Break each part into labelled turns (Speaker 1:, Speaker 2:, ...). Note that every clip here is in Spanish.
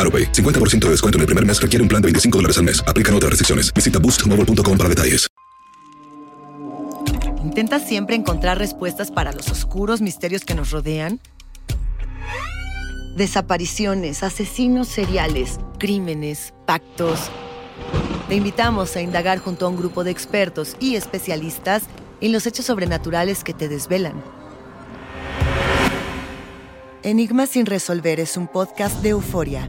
Speaker 1: AroPay. 50% de descuento en el primer mes requiere un plan de 25 dólares al mes. Aplican otras restricciones. Visita boostmobile.com para detalles.
Speaker 2: ¿Intentas siempre encontrar respuestas para los oscuros misterios que nos rodean? Desapariciones, asesinos seriales, crímenes, pactos. Te invitamos a indagar junto a un grupo de expertos y especialistas en los hechos sobrenaturales que te desvelan. Enigma sin resolver es un podcast de euforia.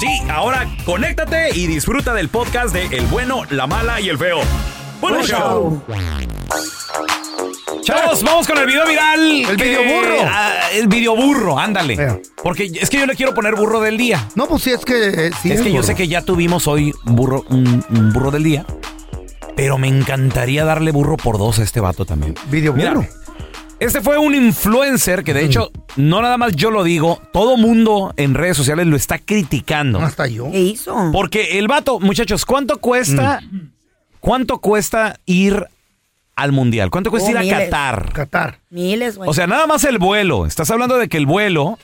Speaker 3: Sí, ahora conéctate y disfruta del podcast de El bueno, la mala y el feo. Bueno,
Speaker 4: Buen
Speaker 3: show. Chavos, vamos con el video viral.
Speaker 4: El
Speaker 3: que-
Speaker 4: videoburro.
Speaker 3: ah, el video burro, ándale. Porque es que yo le quiero poner burro del día.
Speaker 4: No, pues sí, es que... eh, sí
Speaker 3: es que yo
Speaker 4: burro.
Speaker 3: sé que ya tuvimos hoy burro, un, un burro del día, pero me encantaría darle burro por dos a este vato también.
Speaker 4: Video
Speaker 3: Mira,
Speaker 4: burro.
Speaker 3: Este fue un influencer que de hecho, no nada más yo lo digo, todo mundo en redes sociales lo está criticando.
Speaker 4: Hasta yo.
Speaker 5: ¿Qué hizo?
Speaker 3: Porque el vato, muchachos, ¿cuánto cuesta?
Speaker 4: Mm.
Speaker 3: ¿Cuánto cuesta ir al mundial? ¿Cuánto cuesta
Speaker 5: Oh,
Speaker 3: ir a
Speaker 5: miles.
Speaker 3: Qatar?
Speaker 4: Qatar.
Speaker 5: Miles, güey.
Speaker 3: O sea, nada más el vuelo. Estás hablando de que el vuelo,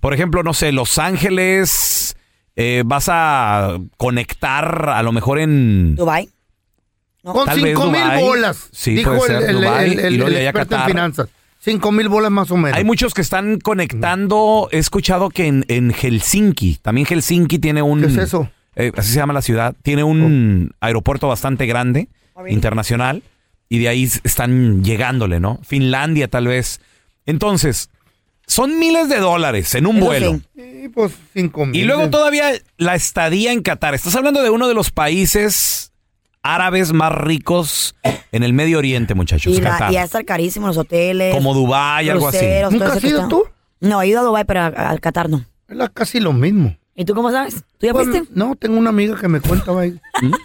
Speaker 3: por ejemplo, no sé, Los Ángeles, eh, vas a conectar a lo mejor en...
Speaker 5: Dubai. No,
Speaker 4: Con
Speaker 3: tal vez
Speaker 4: 5 mil
Speaker 3: Dubái.
Speaker 4: bolas,
Speaker 3: Sí,
Speaker 4: dijo
Speaker 3: puede
Speaker 4: el,
Speaker 3: ser,
Speaker 4: el,
Speaker 3: Dubái,
Speaker 4: el- el-
Speaker 3: y luego
Speaker 4: el
Speaker 3: de allá
Speaker 4: experto en
Speaker 3: Qatar.
Speaker 4: finanzas. 5 mil bolas más o menos.
Speaker 3: Hay muchos que están conectando, he escuchado que en, en Helsinki, también Helsinki tiene un...
Speaker 4: ¿Qué es eso? Oh.
Speaker 3: eh, así se llama la ciudad, tiene un aeropuerto bastante grande, internacional, y de ahí s- están llegándole, ¿no? Finlandia tal vez. Entonces, son miles de dólares en un
Speaker 5: Eso
Speaker 3: vuelo.
Speaker 5: sí.
Speaker 4: Sí, pues 5 mil.
Speaker 3: Y luego todavía la estadía en Qatar. Estás hablando de uno de los países árabes más ricos en el Medio Oriente, muchachos.
Speaker 5: y, la,
Speaker 3: Qatar.
Speaker 5: y a estar carísimo los hoteles.
Speaker 3: Como Dubái, algo así.
Speaker 5: cruceros, todo
Speaker 4: ¿Nunca
Speaker 5: eso
Speaker 4: has
Speaker 5: que
Speaker 4: ido
Speaker 5: está-
Speaker 4: tú?
Speaker 5: No, he ido a Dubai, pero a- a- al Qatar no.
Speaker 4: Es la- casi lo mismo.
Speaker 5: ¿Y tú cómo sabes? ¿Tú ya
Speaker 4: Pues,
Speaker 5: fuiste?
Speaker 4: no, tengo una amiga que me cuenta, va, y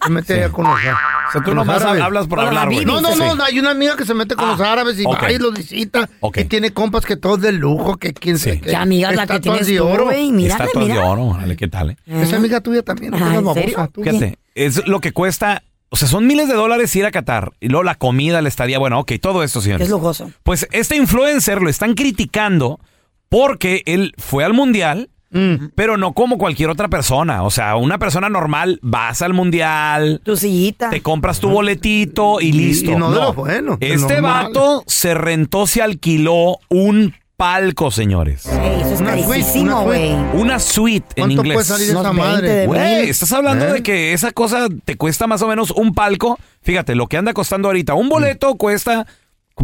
Speaker 4: se mete allá con los
Speaker 3: O sea, tú
Speaker 4: con los
Speaker 3: nomás
Speaker 4: árabes.
Speaker 3: hablas por
Speaker 5: Hola,
Speaker 3: hablar, güey.
Speaker 5: Bibi.
Speaker 4: No, no, no, hay una amiga que se mete con
Speaker 3: Ah,
Speaker 4: los árabes y
Speaker 3: ok.
Speaker 4: va y los visita.
Speaker 3: Ok.
Speaker 4: Y tiene compas que todos de lujo, que quién
Speaker 3: Sí.
Speaker 4: sabe qué.
Speaker 5: Ya, amiga, la que
Speaker 4: Estatuas
Speaker 5: tienes
Speaker 4: de
Speaker 5: tú,
Speaker 4: oro.
Speaker 5: güey. Mira,
Speaker 3: Estatuas
Speaker 5: mira.
Speaker 3: de oro, órale, ¿qué tal? eh?
Speaker 4: Esa amiga tuya también, no
Speaker 5: Ah,
Speaker 4: seas
Speaker 5: ¿en
Speaker 4: babosa,
Speaker 5: serio?
Speaker 4: tú.
Speaker 3: Fíjate, es lo que cuesta. O sea, son miles de dólares ir a Qatar. Y luego la comida, la estadía. Bueno, ok, todo esto, señores.
Speaker 5: Es lujoso.
Speaker 3: Pues este influencer lo están criticando porque él fue al mundial,
Speaker 4: Mm.
Speaker 3: pero no como cualquier otra persona. O sea, una persona normal vas al mundial,
Speaker 5: Tu sillita.
Speaker 3: te compras tu boletito y listo.
Speaker 4: y no de lo bueno, de
Speaker 3: este
Speaker 4: normal.
Speaker 3: vato se rentó, se alquiló un palco, señores.
Speaker 5: Ey, eso es
Speaker 4: Una suite,
Speaker 5: carísimo,
Speaker 4: una
Speaker 5: güey.
Speaker 4: suite.
Speaker 3: Una suite en
Speaker 4: ¿Cuánto
Speaker 3: inglés.
Speaker 4: puede salir esa
Speaker 5: Unos 20
Speaker 4: madre?
Speaker 5: de-
Speaker 3: Güey,
Speaker 5: mil.
Speaker 3: estás hablando
Speaker 4: ¿Eh?
Speaker 3: de que esa cosa te cuesta más o menos un palco. Fíjate, lo que anda costando ahorita, un boleto
Speaker 4: Mm.
Speaker 3: cuesta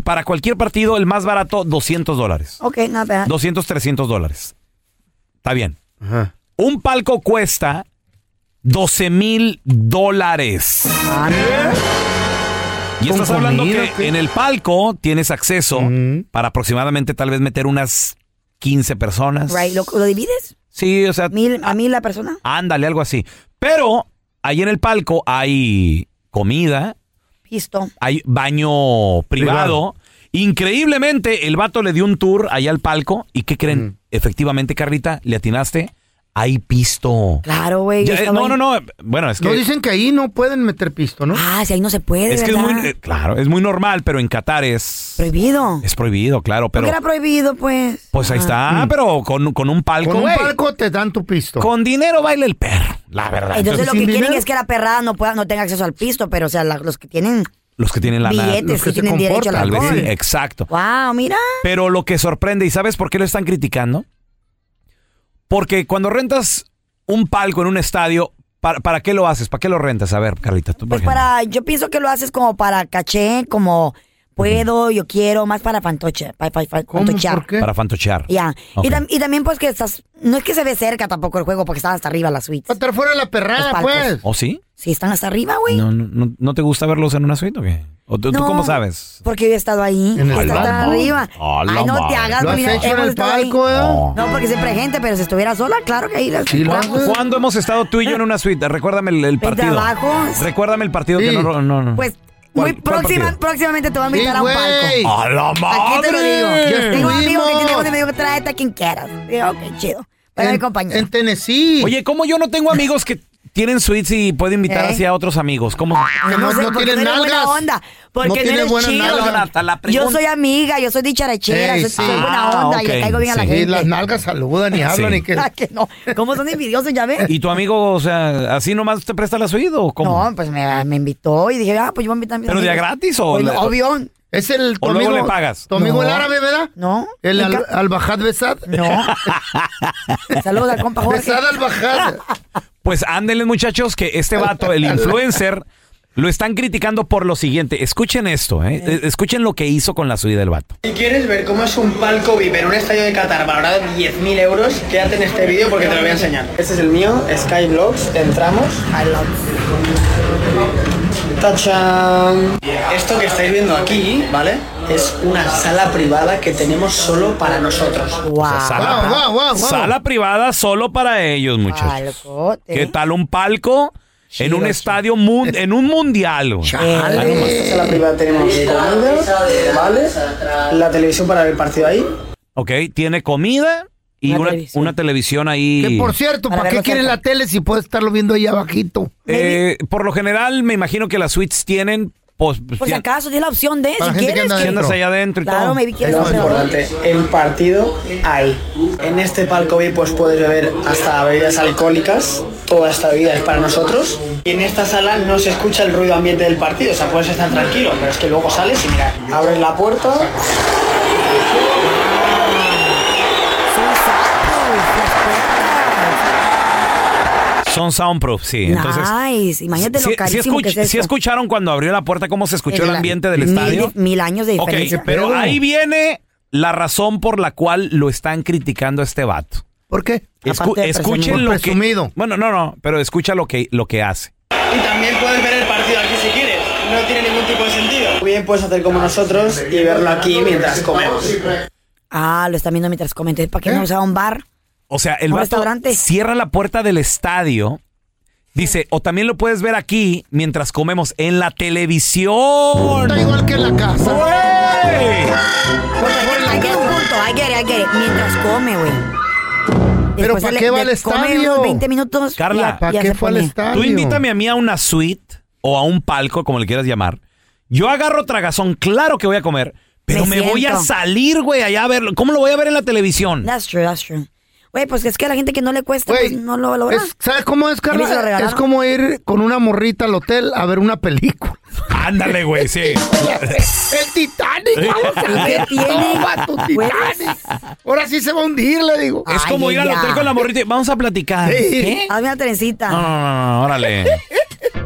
Speaker 3: para cualquier partido el más barato 200 dólares.
Speaker 5: Ah. Ok, nada.
Speaker 3: 200, 300 dólares. Está bien.
Speaker 4: Ajá.
Speaker 3: Un palco cuesta 12 mil dólares. Y
Speaker 4: ¿Con
Speaker 3: estás hablando
Speaker 4: comida
Speaker 3: que
Speaker 4: o qué? Mm.
Speaker 3: en el palco tienes acceso para aproximadamente tal vez meter unas 15 personas.
Speaker 5: Right, ¿Lo, lo divides?
Speaker 3: Sí, o sea,
Speaker 5: Mil, ¿A mil la persona?
Speaker 3: ándale, algo así. Pero ahí en el palco hay comida,
Speaker 5: Listo.
Speaker 3: hay baño privado.
Speaker 4: Privado.
Speaker 3: Increíblemente, el vato le dio un tour allá al palco. ¿Y qué creen? Efectivamente, Carlita, le atinaste. Hay pisto.
Speaker 5: Claro, güey.
Speaker 3: Ya, eh,
Speaker 5: estaba
Speaker 3: no,
Speaker 5: ahí.
Speaker 3: no, no. Bueno, es que.
Speaker 4: No dicen que ahí no pueden meter pisto, ¿no?
Speaker 5: Ah, si ahí no se puede,
Speaker 3: es que es
Speaker 5: ¿verdad?
Speaker 3: muy. eh, claro, es muy normal, pero en Qatar es.
Speaker 5: Prohibido.
Speaker 3: Es prohibido, claro,
Speaker 5: ¿Por
Speaker 3: pero.
Speaker 5: qué era prohibido, pues?
Speaker 3: Pues ahí está, pero con, con un palco.
Speaker 4: Mm. Con un
Speaker 3: güey.
Speaker 4: palco te dan tu pisto.
Speaker 3: Con dinero baila el perro, la verdad.
Speaker 5: Entonces lo
Speaker 4: sin
Speaker 5: que quieren
Speaker 4: dinero?
Speaker 5: es que la perrada no pueda, no tenga acceso al pisto, pero o sea, la- los que tienen
Speaker 3: los que tienen la
Speaker 5: billetes
Speaker 4: los que
Speaker 5: sí
Speaker 4: se
Speaker 5: tienen derecho al
Speaker 3: Tal vez sí,
Speaker 5: alcohol.
Speaker 3: exacto.
Speaker 5: Wow, mira.
Speaker 3: Pero lo que sorprende, ¿y sabes por qué lo están criticando? Porque cuando rentas un palco en un estadio, ¿para, para qué lo haces? ¿Para qué lo rentas? A ver, Carlita, tú por
Speaker 5: Pues
Speaker 3: ejemplo.
Speaker 5: para, yo pienso que lo haces como para caché, como puedo, yo quiero, más para fantoche, para,
Speaker 4: ¿Cómo? ¿Por qué?
Speaker 3: Para fantochear.
Speaker 5: Ya.
Speaker 3: Ok.
Speaker 5: Y, tam- y también pues que estás, no es que se ve cerca tampoco el juego porque están hasta arriba las
Speaker 4: Para
Speaker 5: suites.
Speaker 4: estar fuera de la perrada,
Speaker 5: Los palcos.
Speaker 4: pues.
Speaker 3: ¿O ¿Oh, sí?
Speaker 5: Sí, están hasta arriba, güey.
Speaker 3: ¿No, no, no- no te gusta verlos en una suite o qué? ¿O tú, tú
Speaker 5: No,
Speaker 3: cómo sabes?
Speaker 5: Porque yo he estado ahí.
Speaker 4: En el
Speaker 5: Está
Speaker 4: palco.
Speaker 5: hasta arriba.
Speaker 3: A la
Speaker 5: Ay, no
Speaker 3: madre.
Speaker 5: te hagas,
Speaker 4: ¿Lo has
Speaker 5: mira,
Speaker 4: hecho en
Speaker 5: hemos
Speaker 4: el
Speaker 5: estado ahí.
Speaker 4: palco, eh?
Speaker 3: No.
Speaker 5: No, porque siempre hay gente, pero si estuviera sola, claro que ahí las
Speaker 4: Sí, lo
Speaker 5: compramos.
Speaker 4: haces.
Speaker 3: ¿Cuándo hemos estado tú y yo en una suite? Recuérdame el, el partido.
Speaker 5: trabajo?
Speaker 3: Recuérdame el partido que
Speaker 4: Sí.
Speaker 3: no, no, no.
Speaker 5: Pues
Speaker 3: Mm. ¿Cuál-
Speaker 5: muy
Speaker 3: cuál
Speaker 5: próxima-
Speaker 3: partido?
Speaker 5: próximamente te voy a
Speaker 4: Sí,
Speaker 5: invitar a un
Speaker 4: güey.
Speaker 5: palco.
Speaker 3: ¡A la madre!
Speaker 5: Aquí te lo digo.
Speaker 4: Ya
Speaker 5: Tengo un amigo que
Speaker 4: estuvimos.
Speaker 5: tiene un amigo que tráete a quien quieras. Digo, ok, chido. Para mi
Speaker 4: En,
Speaker 5: compañero.
Speaker 4: en Tennessee.
Speaker 3: Oye, ¿cómo yo no tengo amigos que tienen suites y puedo invitar
Speaker 5: ¿Eh?
Speaker 3: así a otros amigos? ¿Cómo?
Speaker 4: que no, no
Speaker 5: porque
Speaker 4: tienen
Speaker 5: no eres
Speaker 4: nalgas.
Speaker 5: buena onda. Porque
Speaker 4: No
Speaker 5: no,
Speaker 4: tiene
Speaker 5: eres
Speaker 4: buena
Speaker 5: chido.
Speaker 4: nalga.
Speaker 3: La pregunta-
Speaker 5: Yo soy amiga, yo soy dicharachera,
Speaker 4: Ey,
Speaker 5: soy,
Speaker 4: sí.
Speaker 5: soy buena
Speaker 3: Ah,
Speaker 5: onda y
Speaker 3: ok,
Speaker 5: le caigo bien a la
Speaker 3: sí.
Speaker 4: Sí,
Speaker 5: gente.
Speaker 4: las nalgas saludan y hablan
Speaker 3: Sí.
Speaker 4: y que.
Speaker 5: Ah, que no. ¿Cómo son envidiosos, ya ves?
Speaker 3: ¿Y tu amigo, o sea, así nomás te presta la suite o cómo?
Speaker 5: No, pues me, me invitó y dije, ah, pues yo voy a invitar a mis
Speaker 3: ¿Pero de a
Speaker 5: amigos.
Speaker 3: gratis o
Speaker 5: Pues,
Speaker 3: le-
Speaker 5: obvio.
Speaker 4: Es el. tu
Speaker 3: O luego
Speaker 4: amigo-
Speaker 3: le pagas.
Speaker 4: Tu amigo
Speaker 5: No.
Speaker 4: el árabe, ¿verdad?
Speaker 5: No.
Speaker 4: El
Speaker 5: Me
Speaker 4: al,
Speaker 5: ca-
Speaker 4: Albajad Besad.
Speaker 5: No. Saludos al compa Jorge.
Speaker 4: Besad Albajad.
Speaker 3: Pues ándenle, muchachos, que este vato, el influencer, lo están criticando por lo siguiente. Escuchen esto, ¿eh? Eh, Escuchen lo que hizo con la suite del vato.
Speaker 6: Si quieres ver cómo es un palco VIP en un estadio de Qatar valorado en 10.000 euros, quédate en este vídeo porque te lo voy a enseñar. Este es el mío, Skyblogs, entramos. ¡Tachán! Esto que estáis viendo aquí, ¿vale? Es una sala privada que tenemos solo para nosotros.
Speaker 5: Wow.
Speaker 4: Ah,
Speaker 3: Sala,
Speaker 4: Wow, wow, wow, wow.
Speaker 3: sala privada solo para ellos, muchachos.
Speaker 5: Palcote.
Speaker 3: ¿Qué tal un palco
Speaker 5: ¿Eh? Chido,
Speaker 3: en
Speaker 5: Ah,
Speaker 3: un
Speaker 5: chido.
Speaker 3: estadio, mun- en un mundial? güey?
Speaker 6: En esta sala privada tenemos comida, ¿vale? La televisión para ver el partido ahí.
Speaker 3: Ok, tiene comida y
Speaker 5: Una
Speaker 3: una,
Speaker 5: televisión.
Speaker 3: una televisión ahí.
Speaker 4: Que por cierto,
Speaker 5: Para
Speaker 4: ¿para qué
Speaker 5: verlo
Speaker 4: quieres
Speaker 5: cerca.
Speaker 4: la tele si puedes estarlo viendo ahí abajito?
Speaker 3: Eh, por lo general, me imagino que las suites tienen. Pues,
Speaker 5: Por si
Speaker 3: ya-
Speaker 5: acaso, tiene la opción de,
Speaker 4: Para
Speaker 5: si
Speaker 4: gente que
Speaker 5: quieres.
Speaker 4: anda
Speaker 5: que-
Speaker 4: adentro.
Speaker 3: tiendas allá adentro y
Speaker 5: Claro,
Speaker 3: todo.
Speaker 5: me vi que
Speaker 6: Es
Speaker 5: no,
Speaker 6: muy
Speaker 5: pero-
Speaker 6: importante, el partido ahí. En este palco VIP pues puedes beber hasta bebidas alcohólicas, toda esta bebida es para nosotros. Y en esta sala no se escucha el ruido ambiente del partido, o sea, puedes estar tranquilo, pero es que luego sales y mira, abres la puerta,
Speaker 5: Son sapos,
Speaker 3: Son soundproof, sí.
Speaker 5: las
Speaker 3: Entonces.
Speaker 5: puertas. Nice. Imagínate
Speaker 3: sí-
Speaker 5: lo
Speaker 3: sí
Speaker 5: carísimo
Speaker 3: escuch-
Speaker 5: que es esto.
Speaker 3: sí escucharon cuando abrió la puerta cómo se escuchó
Speaker 5: Es
Speaker 3: el
Speaker 5: la-
Speaker 3: ambiente del
Speaker 5: mil-
Speaker 3: estadio.
Speaker 5: Mil, años de
Speaker 3: ok,
Speaker 5: diferencia.
Speaker 3: pero ahí viene la razón por la cual lo están criticando a este vato.
Speaker 4: ¿Por qué?
Speaker 3: Escu-
Speaker 5: Aparte de
Speaker 3: escuchen
Speaker 4: presumido.
Speaker 3: lo
Speaker 4: Por presumido.
Speaker 3: que. Bueno, no, no, pero escucha lo que, lo que hace.
Speaker 6: Y también puedes ver el partido aquí si quieres. No tiene ningún tipo de sentido. Bien, puedes hacer como nosotros y verlo aquí mientras comemos.
Speaker 5: Ah, lo están viendo mientras comenté. ¿Para qué
Speaker 4: ¿Eh?
Speaker 5: no usa un bar?
Speaker 3: O sea, el
Speaker 5: Un
Speaker 3: vato
Speaker 5: restaurante.
Speaker 3: cierra la puerta del estadio. Dice, o también lo puedes ver aquí mientras comemos en la televisión.
Speaker 4: Está igual que en la casa.
Speaker 3: ¡Güey!
Speaker 5: Hay que un punto. Hay que, hay que. Mientras come, güey.
Speaker 4: Pero
Speaker 5: Después
Speaker 4: ¿para
Speaker 5: le-
Speaker 4: qué va
Speaker 5: le
Speaker 4: al
Speaker 5: come
Speaker 4: estadio?
Speaker 5: unos 20 minutos. y
Speaker 3: Carla,
Speaker 5: ya-
Speaker 4: ¿Para
Speaker 5: ya
Speaker 4: qué
Speaker 5: se
Speaker 4: fue al
Speaker 5: pone.
Speaker 4: estadio?
Speaker 3: Tú invítame a mí a una suite o a un palco, como le quieras llamar. Yo agarro tragazón, claro que voy a comer, pero me,
Speaker 5: Me
Speaker 3: voy a
Speaker 5: siento.
Speaker 3: salir, güey, allá a verlo. ¿Cómo lo voy a ver en la televisión?
Speaker 5: That's true, that's true. Güey, pues es que a la gente que no le cuesta,
Speaker 4: Güey,
Speaker 5: pues no lo valora.
Speaker 4: es- ¿Sabes cómo es,
Speaker 5: A mí se lo
Speaker 4: Carla?
Speaker 5: regalaron.
Speaker 4: Es como ir con una morrita al hotel a ver una película.
Speaker 3: Ándale, güey, sí.
Speaker 4: ¡El Titanic! ¡Vamos a
Speaker 5: ¿Qué
Speaker 4: ver!
Speaker 5: tiene?
Speaker 4: ¡Toma tu Titanic! Ahora sí se va a hundir, le digo.
Speaker 3: es
Speaker 5: Ay,
Speaker 3: como ir al
Speaker 5: ella.
Speaker 3: hotel con la morrita y vamos a platicar.
Speaker 4: Sí.
Speaker 3: Ah, ¿Qué? Ah,
Speaker 5: Hazme una trencita.
Speaker 3: No, no, no, no, órale.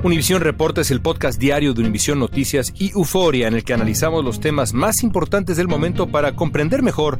Speaker 7: Univisión Reporta es el podcast diario de Univisión Noticias y Euforia en el que analizamos los temas más importantes del momento para comprender mejor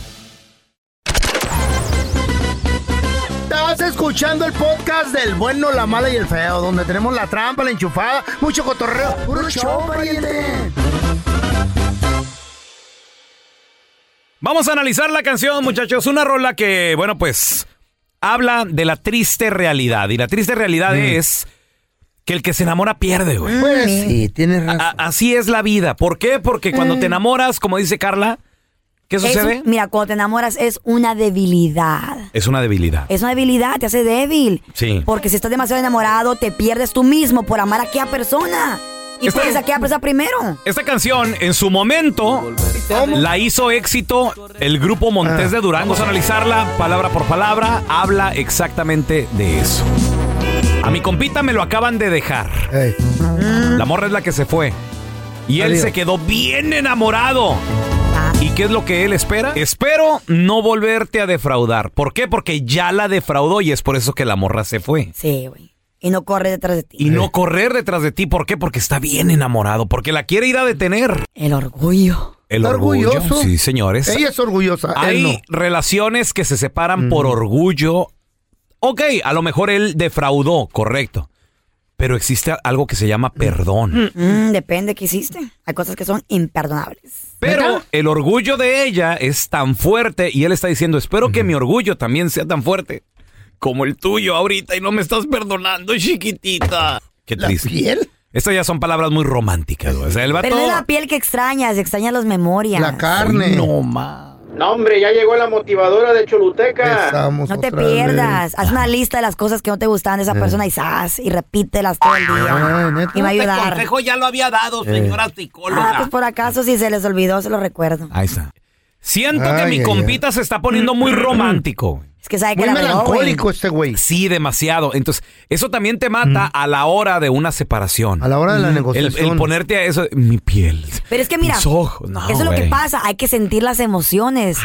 Speaker 4: Estás escuchando el podcast del bueno, la mala y el feo, donde tenemos la trampa, la enchufada, mucho cotorreo. ¡Puro show, pariente!
Speaker 3: Vamos a analizar la canción, muchachos. Una rola que, bueno, pues habla de la triste realidad. Y la triste realidad
Speaker 4: Mm.
Speaker 3: es que el que se enamora pierde, güey.
Speaker 5: Mm.
Speaker 4: sí, tienes razón. Mm.
Speaker 3: A- así es la vida. ¿Por qué? Porque cuando te enamoras, como dice Carla, ¿qué
Speaker 5: Es-
Speaker 3: sucede?
Speaker 5: mira, cuando te enamoras es una debilidad.
Speaker 3: Es una debilidad.
Speaker 5: Es una debilidad, te hace débil.
Speaker 3: Sí.
Speaker 5: Porque si estás demasiado enamorado, te pierdes tú mismo por amar a aquella persona. Y pones a aquella persona primero.
Speaker 3: Esta canción, en su momento, la hizo éxito el grupo Montes de Durango. Vamos a analizarla palabra por palabra. Habla exactamente de eso. A mi compita me lo acaban de dejar. La morra es la que se fue. Y él
Speaker 8: Adiós.
Speaker 3: se quedó bien enamorado. ¿Y qué es lo que él espera? Espero no volverte a defraudar. ¿Por qué? Porque ya la defraudó y es por eso que la morra se fue.
Speaker 5: Sí, güey. Y no corre detrás de ti.
Speaker 3: Y no correr detrás de ti. ¿Por qué? Porque está bien enamorado. Porque la quiere ir a detener.
Speaker 5: El orgullo.
Speaker 3: El orgullo. Sí, señores.
Speaker 4: Ella es orgullosa.
Speaker 3: Hay
Speaker 4: él no.
Speaker 3: relaciones que se separan por orgullo. Ok, a lo mejor él defraudó, correcto. Pero existe algo que se llama perdón.
Speaker 5: Mm, depende qué hiciste. Hay cosas que son imperdonables.
Speaker 3: Pero el orgullo de ella es tan fuerte y él está diciendo, espero que mi orgullo también sea tan fuerte como el tuyo ahorita y no me estás perdonando, chiquitita. Qué triste. Estas ya son palabras muy románticas. güey. O sea, el vato...
Speaker 5: Pero es la piel que extrañas, extrañas las memorias. La
Speaker 3: carne. No,
Speaker 9: No, hombre, ya llegó la motivadora de Choluteca.
Speaker 5: No te pierdas. Haz
Speaker 4: Ah.
Speaker 5: una lista de las cosas que no te gustaban de esa persona y zas, y repítelas todo el
Speaker 4: Ay,
Speaker 5: día.
Speaker 4: Eh. neta.
Speaker 5: Y va a
Speaker 4: Este
Speaker 5: ayudar.
Speaker 4: consejo
Speaker 3: ya lo había dado,
Speaker 4: señora
Speaker 5: psicóloga. Ah, pues por acaso si se les olvidó, se lo recuerdo.
Speaker 3: Ahí está. Siento que
Speaker 5: Ay,
Speaker 3: mi
Speaker 5: ay,
Speaker 3: compita se está poniendo muy romántico.
Speaker 5: Es que sabe que la regó, güey.
Speaker 4: Mm. este güey.
Speaker 3: Sí, demasiado. Entonces, eso también te mata a la hora de una separación. A la
Speaker 4: hora de la
Speaker 3: El,
Speaker 4: negociación.
Speaker 3: ponerte a eso, mi piel.
Speaker 5: Pero es que mira,
Speaker 3: Mis ojos. No,
Speaker 5: eso es lo que
Speaker 3: güey.
Speaker 5: pasa, hay que sentir las emociones.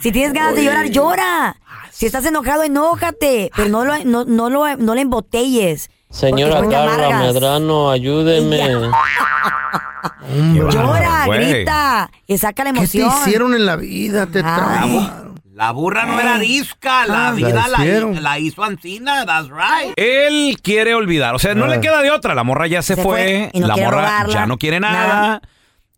Speaker 5: Si tienes ganas de llorar, llora.
Speaker 4: Ah,
Speaker 5: Si estás enojado, enójate, pero no lo, no, no lo, no lo embotelles.
Speaker 10: Señora
Speaker 5: Porque después te
Speaker 10: Carla
Speaker 5: amargas.
Speaker 10: Medrano, ayúdeme.
Speaker 5: Llora,
Speaker 10: güey.
Speaker 5: grita y saca la
Speaker 4: ¿Qué te
Speaker 5: emoción.
Speaker 4: hicieron en la vida? Te traumaron.
Speaker 3: La burra no era disca,
Speaker 4: la Ah, vida la la hi- hicieron.
Speaker 3: hizo Ancina, that's right. Él quiere olvidar, o sea, no
Speaker 4: Ah.
Speaker 3: le queda de otra, la morra ya se,
Speaker 4: Se
Speaker 3: fue,
Speaker 4: fue y no
Speaker 3: la
Speaker 4: quiere
Speaker 3: morra
Speaker 4: rogarla,
Speaker 3: ya no quiere nada.
Speaker 4: nada.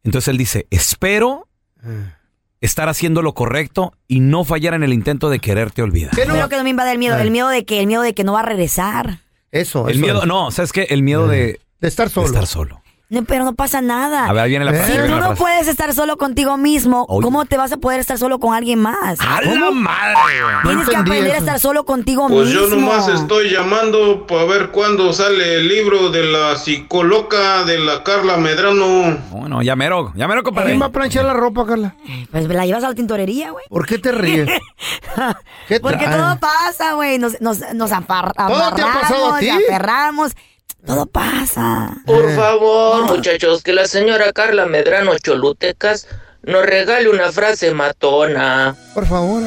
Speaker 3: Entonces él dice, espero
Speaker 4: Ah.
Speaker 3: estar haciendo lo correcto y no fallar en el intento de quererte olvidar.
Speaker 5: Pero que no me invade el miedo, el miedo de que, el miedo de que no va a regresar.
Speaker 4: Eso,
Speaker 3: El miedo, no, ¿sabes qué? El miedo de...
Speaker 4: De estar solo.
Speaker 3: estar solo.
Speaker 5: No, pero no pasa nada.
Speaker 3: A ver, ahí viene la frase,
Speaker 5: Si
Speaker 3: ahí
Speaker 5: tú
Speaker 3: viene la
Speaker 5: no
Speaker 3: frase.
Speaker 5: puedes estar solo contigo mismo,
Speaker 3: Oye.
Speaker 5: ¿cómo te vas a poder estar solo con alguien más? ¿Cómo?
Speaker 3: madre!
Speaker 5: Tienes que aprender a estar solo contigo
Speaker 9: Pues
Speaker 5: mismo.
Speaker 9: yo nomás estoy llamando para ver cuándo sale el libro de la psicóloga de la Carla Medrano.
Speaker 3: Bueno, ya mero, ya mero, compadre.
Speaker 4: ¿Quién va a planchar la ropa, Carla?
Speaker 5: Pues la llevas a la tintorería, güey.
Speaker 4: ¿Por qué te ríes? ¿Qué
Speaker 5: Porque
Speaker 4: tal?
Speaker 5: todo pasa, güey. Nos, nos, nos afar-
Speaker 4: ¿Todo te ha pasado a
Speaker 5: amarramos,
Speaker 4: ti?
Speaker 5: aferramos. Todo pasa.
Speaker 8: Por
Speaker 10: Ah.
Speaker 8: favor, muchachos, que la señora Carla Medrano Cholutecas nos regale una frase matona.
Speaker 4: Por favor.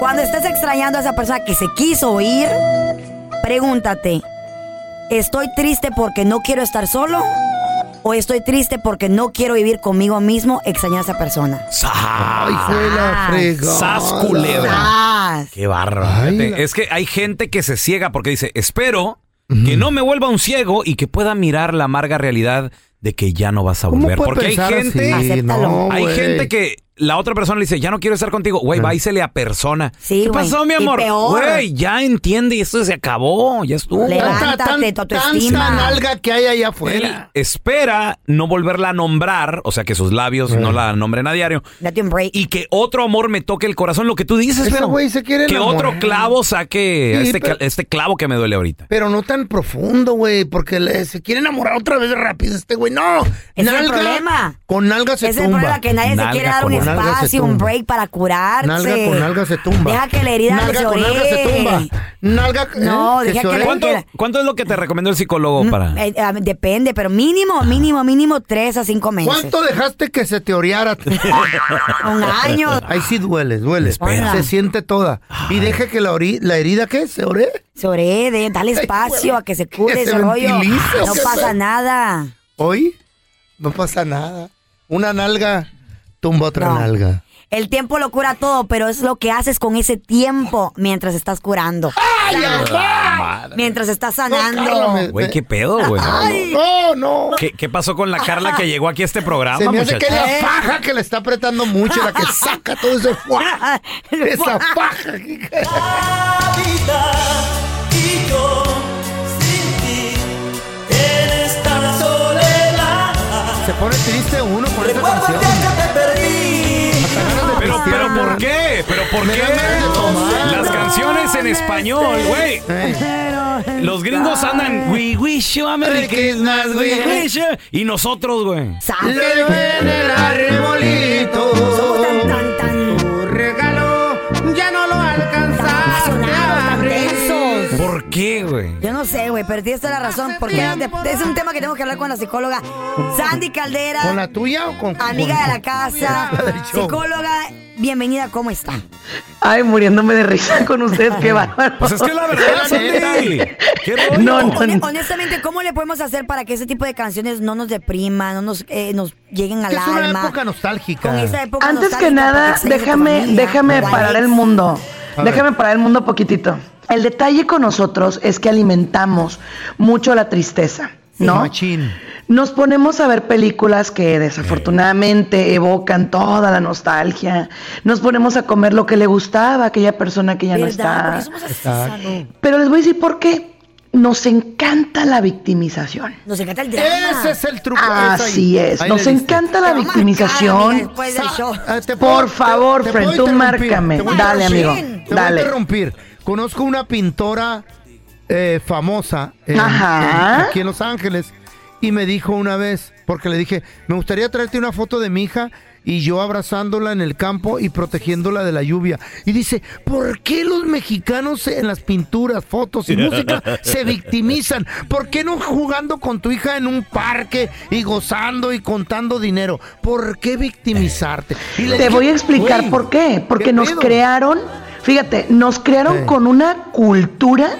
Speaker 5: Cuando estés extrañando a esa persona que se quiso ir, pregúntate, ¿estoy triste porque no quiero estar solo? ¿O estoy triste porque no quiero vivir conmigo mismo extrañar a esa persona?
Speaker 3: ¡Ay,
Speaker 4: fue la fregada!
Speaker 3: Ah, ¡Sas, culebra!
Speaker 5: ¡Sas!
Speaker 3: ¡Qué barro! Es que hay gente que se ciega porque dice, espero que no me vuelva un ciego y que pueda mirar la amarga realidad de que ya no vas a
Speaker 4: ¿Cómo
Speaker 3: volver.
Speaker 4: puede
Speaker 3: Porque hay
Speaker 4: pensar
Speaker 3: gente,
Speaker 4: así? Acéptalo. No,
Speaker 3: hay
Speaker 4: güey.
Speaker 3: gente que la otra persona le dice, ya no quiero estar contigo. Güey, va y se le apersona. ¿Qué
Speaker 5: güey.
Speaker 3: pasó, mi
Speaker 5: Y
Speaker 3: amor?
Speaker 5: peor.
Speaker 3: Güey, ya entiende y esto se acabó, ya estuvo.
Speaker 5: Levántate, tu autoestima.
Speaker 4: Tanta nalga que hay allá afuera.
Speaker 3: espera no volverla a nombrar, o sea, que sus labios no la nombren a diario. Y que otro amor me toque el corazón, lo que tú dices,
Speaker 4: Ese
Speaker 3: pero
Speaker 4: güey se quiere
Speaker 3: que
Speaker 4: enamorar.
Speaker 3: otro clavo saque
Speaker 4: Sí,
Speaker 3: a este,
Speaker 4: pero-
Speaker 3: cla- este clavo que me duele ahorita.
Speaker 4: Pero no tan profundo, güey, porque le- se quiere enamorar otra vez rápido este güey. No,
Speaker 5: es el problema.
Speaker 4: Con nalga
Speaker 5: Ese
Speaker 4: se
Speaker 5: es el
Speaker 4: tumba.
Speaker 5: problema que nadie se quiere dar un
Speaker 4: con nalga se
Speaker 5: espacio, un
Speaker 4: tumba.
Speaker 5: break para curarse.
Speaker 4: Nalga con nalga se tumba.
Speaker 5: Deja que la herida
Speaker 4: Nalga
Speaker 5: se
Speaker 4: con nalga se
Speaker 5: ore.
Speaker 4: tumba. Nalga, ¿eh?
Speaker 5: No, deja que la-
Speaker 3: ¿Cuánto, cuánto es lo que te recomendó el psicólogo para...?
Speaker 5: Eh, eh, depende, pero mínimo, mínimo, mínimo tres a cinco meses.
Speaker 4: ¿Cuánto dejaste que se te oreara?
Speaker 5: Un año.
Speaker 4: Ahí sí duele, duele.
Speaker 5: Espera.
Speaker 4: Se siente toda. Y deja que la, ori- la herida, ¿qué? ¿Se ore?
Speaker 5: Se ore, de- dale espacio a que se cure
Speaker 4: que
Speaker 5: ese
Speaker 4: se
Speaker 5: rollo.
Speaker 4: ventilice,
Speaker 5: No
Speaker 4: que
Speaker 5: pasa
Speaker 4: se-
Speaker 5: nada.
Speaker 4: Hoy no pasa nada. Una nalga tumba otra
Speaker 5: No.
Speaker 4: nalga.
Speaker 5: El tiempo lo cura todo, pero es lo que haces con ese tiempo mientras estás curando. Mientras estás sanando.
Speaker 3: Güey, qué pedo, güey.
Speaker 4: No, no.
Speaker 3: ¿Qué, qué pasó con la Carla que llegó aquí a este programa,
Speaker 4: Se me hace que
Speaker 3: muchachos?
Speaker 4: es la faja que le está apretando mucho, la que saca todo ese fuá. Esa faja.
Speaker 11: Y yo sin ti en esta soledad.
Speaker 4: Se pone triste uno con esa canción.
Speaker 3: Pero, pero ¿por qué? ¿Pero por qué? Las canciones en español, güey. Los gringos andan, we wish you a Merry Christmas, we wish you-" Y nosotros, güey.
Speaker 4: Le duele el arbolito. Tu regalo ya no lo alcanzaste a abrir.
Speaker 3: ¿Por qué, güey?
Speaker 5: Yo no sé, güey, pero tienes toda la razón. Porque de- es un tema que tenemos que hablar con la psicóloga Sandy Caldera.
Speaker 4: ¿Con la tuya o con
Speaker 5: Amiga de la
Speaker 4: La del
Speaker 5: casa,
Speaker 4: show.
Speaker 5: psicóloga, bienvenida, ¿cómo está?
Speaker 12: Ay, muriéndome de risa con usted, qué bárbaro.
Speaker 3: Pues es que la verdad, Sandy. ¿Qué rollo?
Speaker 12: No, no,
Speaker 5: Eh, Hone-
Speaker 12: no.
Speaker 5: Honestamente, ¿cómo le podemos hacer para que ese tipo de canciones no nos depriman, no nos, eh, nos lleguen al
Speaker 4: Es una
Speaker 5: alma?
Speaker 4: época nostálgica.
Speaker 5: Con esa época
Speaker 12: Antes
Speaker 5: nostálgica,
Speaker 12: que nada,
Speaker 5: porque extrañas a tu
Speaker 12: déjame,
Speaker 5: familia,
Speaker 12: déjame
Speaker 5: tu
Speaker 12: parar
Speaker 5: ex.
Speaker 12: el mundo.
Speaker 5: A ver.
Speaker 12: Déjame parar el mundo poquitito. El detalle con nosotros es que alimentamos mucho la tristeza, ¿no?
Speaker 4: Machín.
Speaker 12: Nos ponemos a ver películas que desafortunadamente evocan toda la nostalgia. Nos ponemos a comer lo que le gustaba a aquella persona que ya no está. Pero les voy a decir por qué. Nos encanta la victimización.
Speaker 5: Nos encanta el drama.
Speaker 4: Ese Ah, es el truco.
Speaker 12: Así Ah, es. Nos encanta la victimización.
Speaker 4: Ah,
Speaker 12: Por favor, Fred, tú márcame. Dale, amigo.
Speaker 4: Te voy a
Speaker 12: Dale.
Speaker 4: interrumpir. Conozco una pintora eh, famosa en-
Speaker 12: Ajá.
Speaker 4: en- aquí en Los Ángeles y me dijo una vez, porque le dije, me gustaría traerte una foto de mi hija y yo abrazándola en el campo y protegiéndola de la lluvia. Y dice, ¿por qué los mexicanos en las pinturas, fotos y música se victimizan? ¿Por qué no jugando con tu hija en un parque y gozando y contando dinero? ¿Por qué victimizarte? Y le
Speaker 12: Te
Speaker 4: dije,
Speaker 12: voy a explicar
Speaker 4: "Güey,
Speaker 12: por qué. Porque nos
Speaker 4: pedo?
Speaker 12: crearon, fíjate, nos crearon con una cultura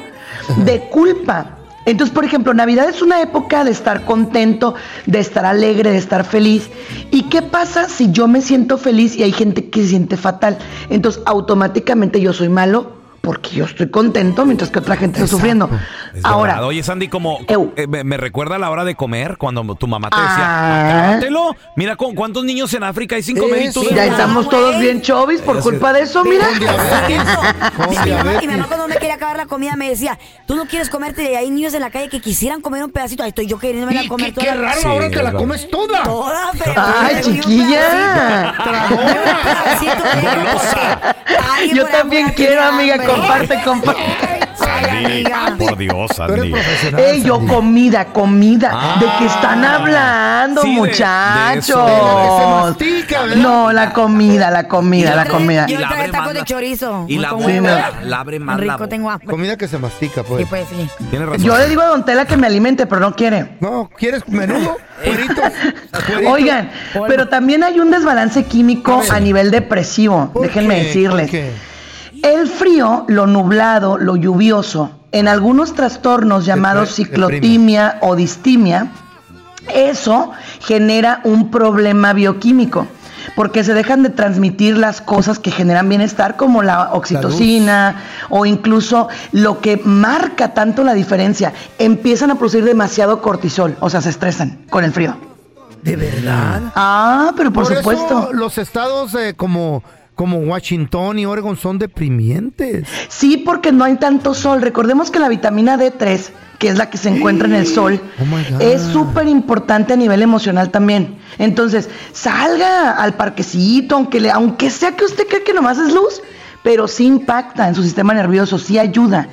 Speaker 12: de culpa. Entonces, por ejemplo, Navidad es una época de estar contento, de estar alegre, de estar feliz. ¿Y qué pasa si yo me siento feliz y hay gente que se siente fatal? Entonces, automáticamente yo soy malo porque yo estoy contento mientras que otra gente está sufriendo.
Speaker 3: Es
Speaker 12: Ahora,
Speaker 3: verdad. Oye, Sandy, como eh, me, me recuerda a la hora de comer cuando tu mamá te
Speaker 12: Ah.
Speaker 3: decía, "Acábatelo". Mira con cuántos niños en África hay cinco mil. y tú-
Speaker 12: mira, estamos todos bien chovis por culpa de eso, mira.
Speaker 5: Mi mamá, mi mamá cuando no me quería acabar la comida me decía, tú no quieres comerte de ahí niños de la calle que quisieran comer un pedacito. Ahí estoy yo queriéndome la comer toda.
Speaker 4: qué raro, Sí, ahora te la es comes
Speaker 5: toda. Toda, pero
Speaker 12: Ay, chiquilla. Yo también quiero, amiga, comparte, comparte.
Speaker 11: Sandy, por Dios, Sandy.
Speaker 12: Ey, yo comida, comida. ¿De qué están hablando,
Speaker 11: Sí, de- de eso,
Speaker 12: muchachos?
Speaker 11: de lo que se
Speaker 4: ¿verdad?
Speaker 12: no, la comida, la comida, la comida.
Speaker 5: Yo
Speaker 3: la
Speaker 5: traía
Speaker 3: abre
Speaker 5: tacos
Speaker 3: más
Speaker 5: de
Speaker 3: la-
Speaker 5: chorizo.
Speaker 3: Y la
Speaker 5: Con
Speaker 3: abre
Speaker 5: huevo.
Speaker 3: más, la abre más la
Speaker 5: Rico,
Speaker 3: boca.
Speaker 5: tengo hambre.
Speaker 4: Comida que se mastica, pues.
Speaker 5: Sí, pues sí.
Speaker 3: Tienes razón.
Speaker 12: Yo le digo a Don Tela que me alimente, pero no quiere.
Speaker 4: No, ¿quieres menudo?
Speaker 12: Oigan, pero también hay un desbalance químico a nivel depresivo, déjenme
Speaker 4: qué?
Speaker 12: decirles. El frío, lo nublado, lo lluvioso, en algunos trastornos llamados ciclotimia o distimia, eso genera un problema bioquímico, porque se dejan de transmitir las cosas que generan bienestar, como la oxitocina o incluso lo que marca tanto la diferencia. Empiezan a producir demasiado cortisol, o sea, se estresan con el frío.
Speaker 4: ¿De verdad?
Speaker 12: Ah, pero por,
Speaker 4: eso
Speaker 12: supuesto.
Speaker 4: los estados eh, como, como Washington y Oregon son deprimientes.
Speaker 12: Sí, porque no hay tanto sol. Recordemos que la vitamina D3, que es la que se encuentra en el sol, es súper importante a nivel emocional también. Entonces, salga al parquecito, aunque, le, aunque sea que usted cree que nomás es luz, pero sí impacta en su sistema nervioso, sí ayuda.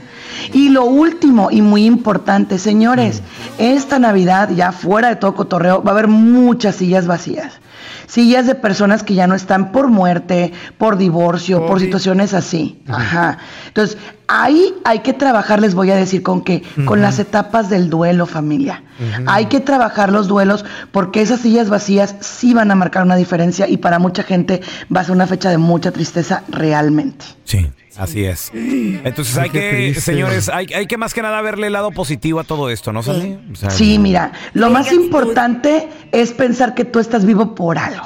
Speaker 12: Y lo último y muy importante, señores, esta Navidad, ya fuera de todo cotorreo, va a haber muchas sillas vacías. Sillas de personas que ya no están por muerte, por divorcio, por situaciones así. Ajá. Entonces, ahí hay que trabajar, les voy a decir, con que Con
Speaker 4: Ujú.
Speaker 12: las etapas del duelo, familia. Hay que trabajar los duelos porque esas sillas vacías sí van a marcar una diferencia y para mucha gente va a ser una fecha de mucha tristeza realmente.
Speaker 3: Sí, así es. Entonces
Speaker 12: Mm. Ay,
Speaker 3: hay
Speaker 12: qué
Speaker 3: que,
Speaker 12: triste.
Speaker 3: señores, hay, hay que más que nada verle el lado positivo a todo esto, ¿no, Sandy? O sea,
Speaker 12: Sí, mira, lo más importante es pensar que tú estás vivo por algo.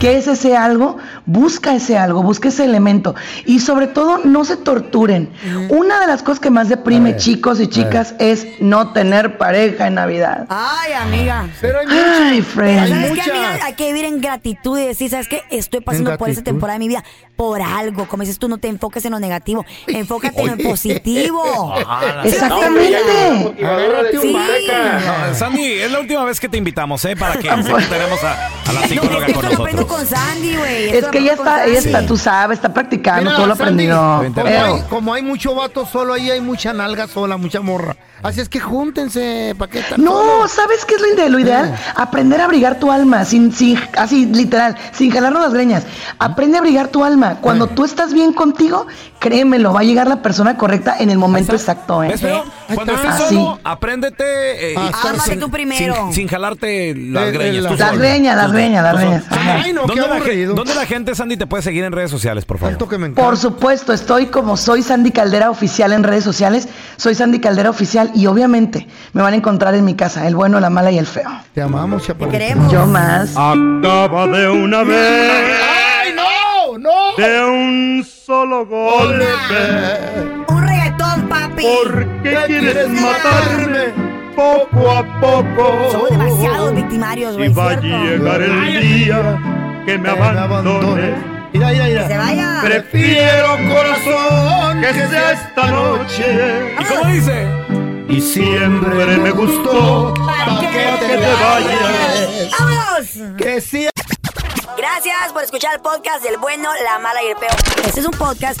Speaker 12: ¿Qué es ese algo? Busca ese algo, busca ese elemento. Y sobre todo, no se torturen. Una de las cosas que más deprime,
Speaker 4: ver,
Speaker 12: chicos y
Speaker 4: a
Speaker 12: chicas, es no tener pareja en Navidad.
Speaker 5: Ay, amiga.
Speaker 4: Pero hay
Speaker 12: Ay, Fred.
Speaker 5: ¿Sabes
Speaker 12: Hay
Speaker 5: qué, amiga?
Speaker 12: muchas.
Speaker 5: Hay que vivir en gratitud y decir, ¿sabes qué? Estoy pasando
Speaker 12: En
Speaker 5: por esta
Speaker 12: gratitud.
Speaker 5: temporada de mi vida por algo. Como dices tú, no te enfoques en lo negativo, enfócate en lo positivo.
Speaker 3: Ajá.
Speaker 5: Exactamente.
Speaker 3: Agárrate un
Speaker 5: Sí.
Speaker 3: baca. No, Sandy, es la última vez que te invitamos, ¿eh? Para que tenemos a, a la psicóloga con nosotros.
Speaker 5: con Sandy, güey.
Speaker 12: Es que ella está, ella está, tú sabes, está practicando Ah, todo lo
Speaker 4: Sandy,
Speaker 12: aprendido.
Speaker 4: Como
Speaker 12: Pero-
Speaker 4: hay, como hay mucho vato solo ahí, hay mucha nalga sola, mucha morra. Así es que júntense, ¿para qué estar
Speaker 12: No, ¿sabes qué es lo ide- lo ideal? Aprender a abrigar tu alma, sin, sin, así literal, sin jalarnos las greñas. Aprende a abrigar tu alma. Cuando tú estás bien contigo, créemelo, va a llegar la persona correcta en el momento exacto. ¿eh?
Speaker 3: ¿Ves, Pedro? Cuando estés
Speaker 12: Así.
Speaker 3: solo, apréndete. eh,
Speaker 12: Ah,
Speaker 3: y-
Speaker 12: ámate
Speaker 3: sin-
Speaker 12: tú primero.
Speaker 3: Sin, sin jalarte las
Speaker 12: Eh,
Speaker 3: greñas.
Speaker 12: eh,
Speaker 3: tú
Speaker 12: las
Speaker 3: solo.
Speaker 12: greñas, las
Speaker 3: Tú solo.
Speaker 12: greñas, las
Speaker 3: Tú solo.
Speaker 12: greñas. Ajá. Ay, no,
Speaker 3: ¿Dónde
Speaker 12: qué
Speaker 3: la gen-
Speaker 12: aburrido.
Speaker 3: ¿Dónde la gente, Sandy, te puede seguir en redes sociales, por favor?
Speaker 12: Por supuesto, estoy como soy Sandy Caldera Oficial en redes sociales, soy Sandy Caldera Oficial y obviamente me van a encontrar en mi casa, el bueno, la mala y el feo.
Speaker 4: Te amamos, chaparrito.
Speaker 12: Yo más.
Speaker 11: Acaba de una vez,
Speaker 4: ¡Ay, no! ¡No!
Speaker 11: de un solo golpe.
Speaker 5: Un reggaetón, papi.
Speaker 11: ¿Por qué quieres matarme poco a poco?
Speaker 5: Somos demasiados victimarios,
Speaker 11: Y
Speaker 5: güey.
Speaker 11: va a
Speaker 5: ¿cierto?
Speaker 11: llegar el día que me abandones.
Speaker 4: Mira, mira,
Speaker 5: Que se vaya.
Speaker 11: Prefiero corazón que sea esta noche.
Speaker 3: ¿Y cómo dice?
Speaker 11: Y siempre me gustó que te vayas.
Speaker 5: Ah, ¡Vámonos!
Speaker 4: Que sí.
Speaker 5: Gracias por escuchar el podcast del bueno, la mala y el peor. Este es un podcast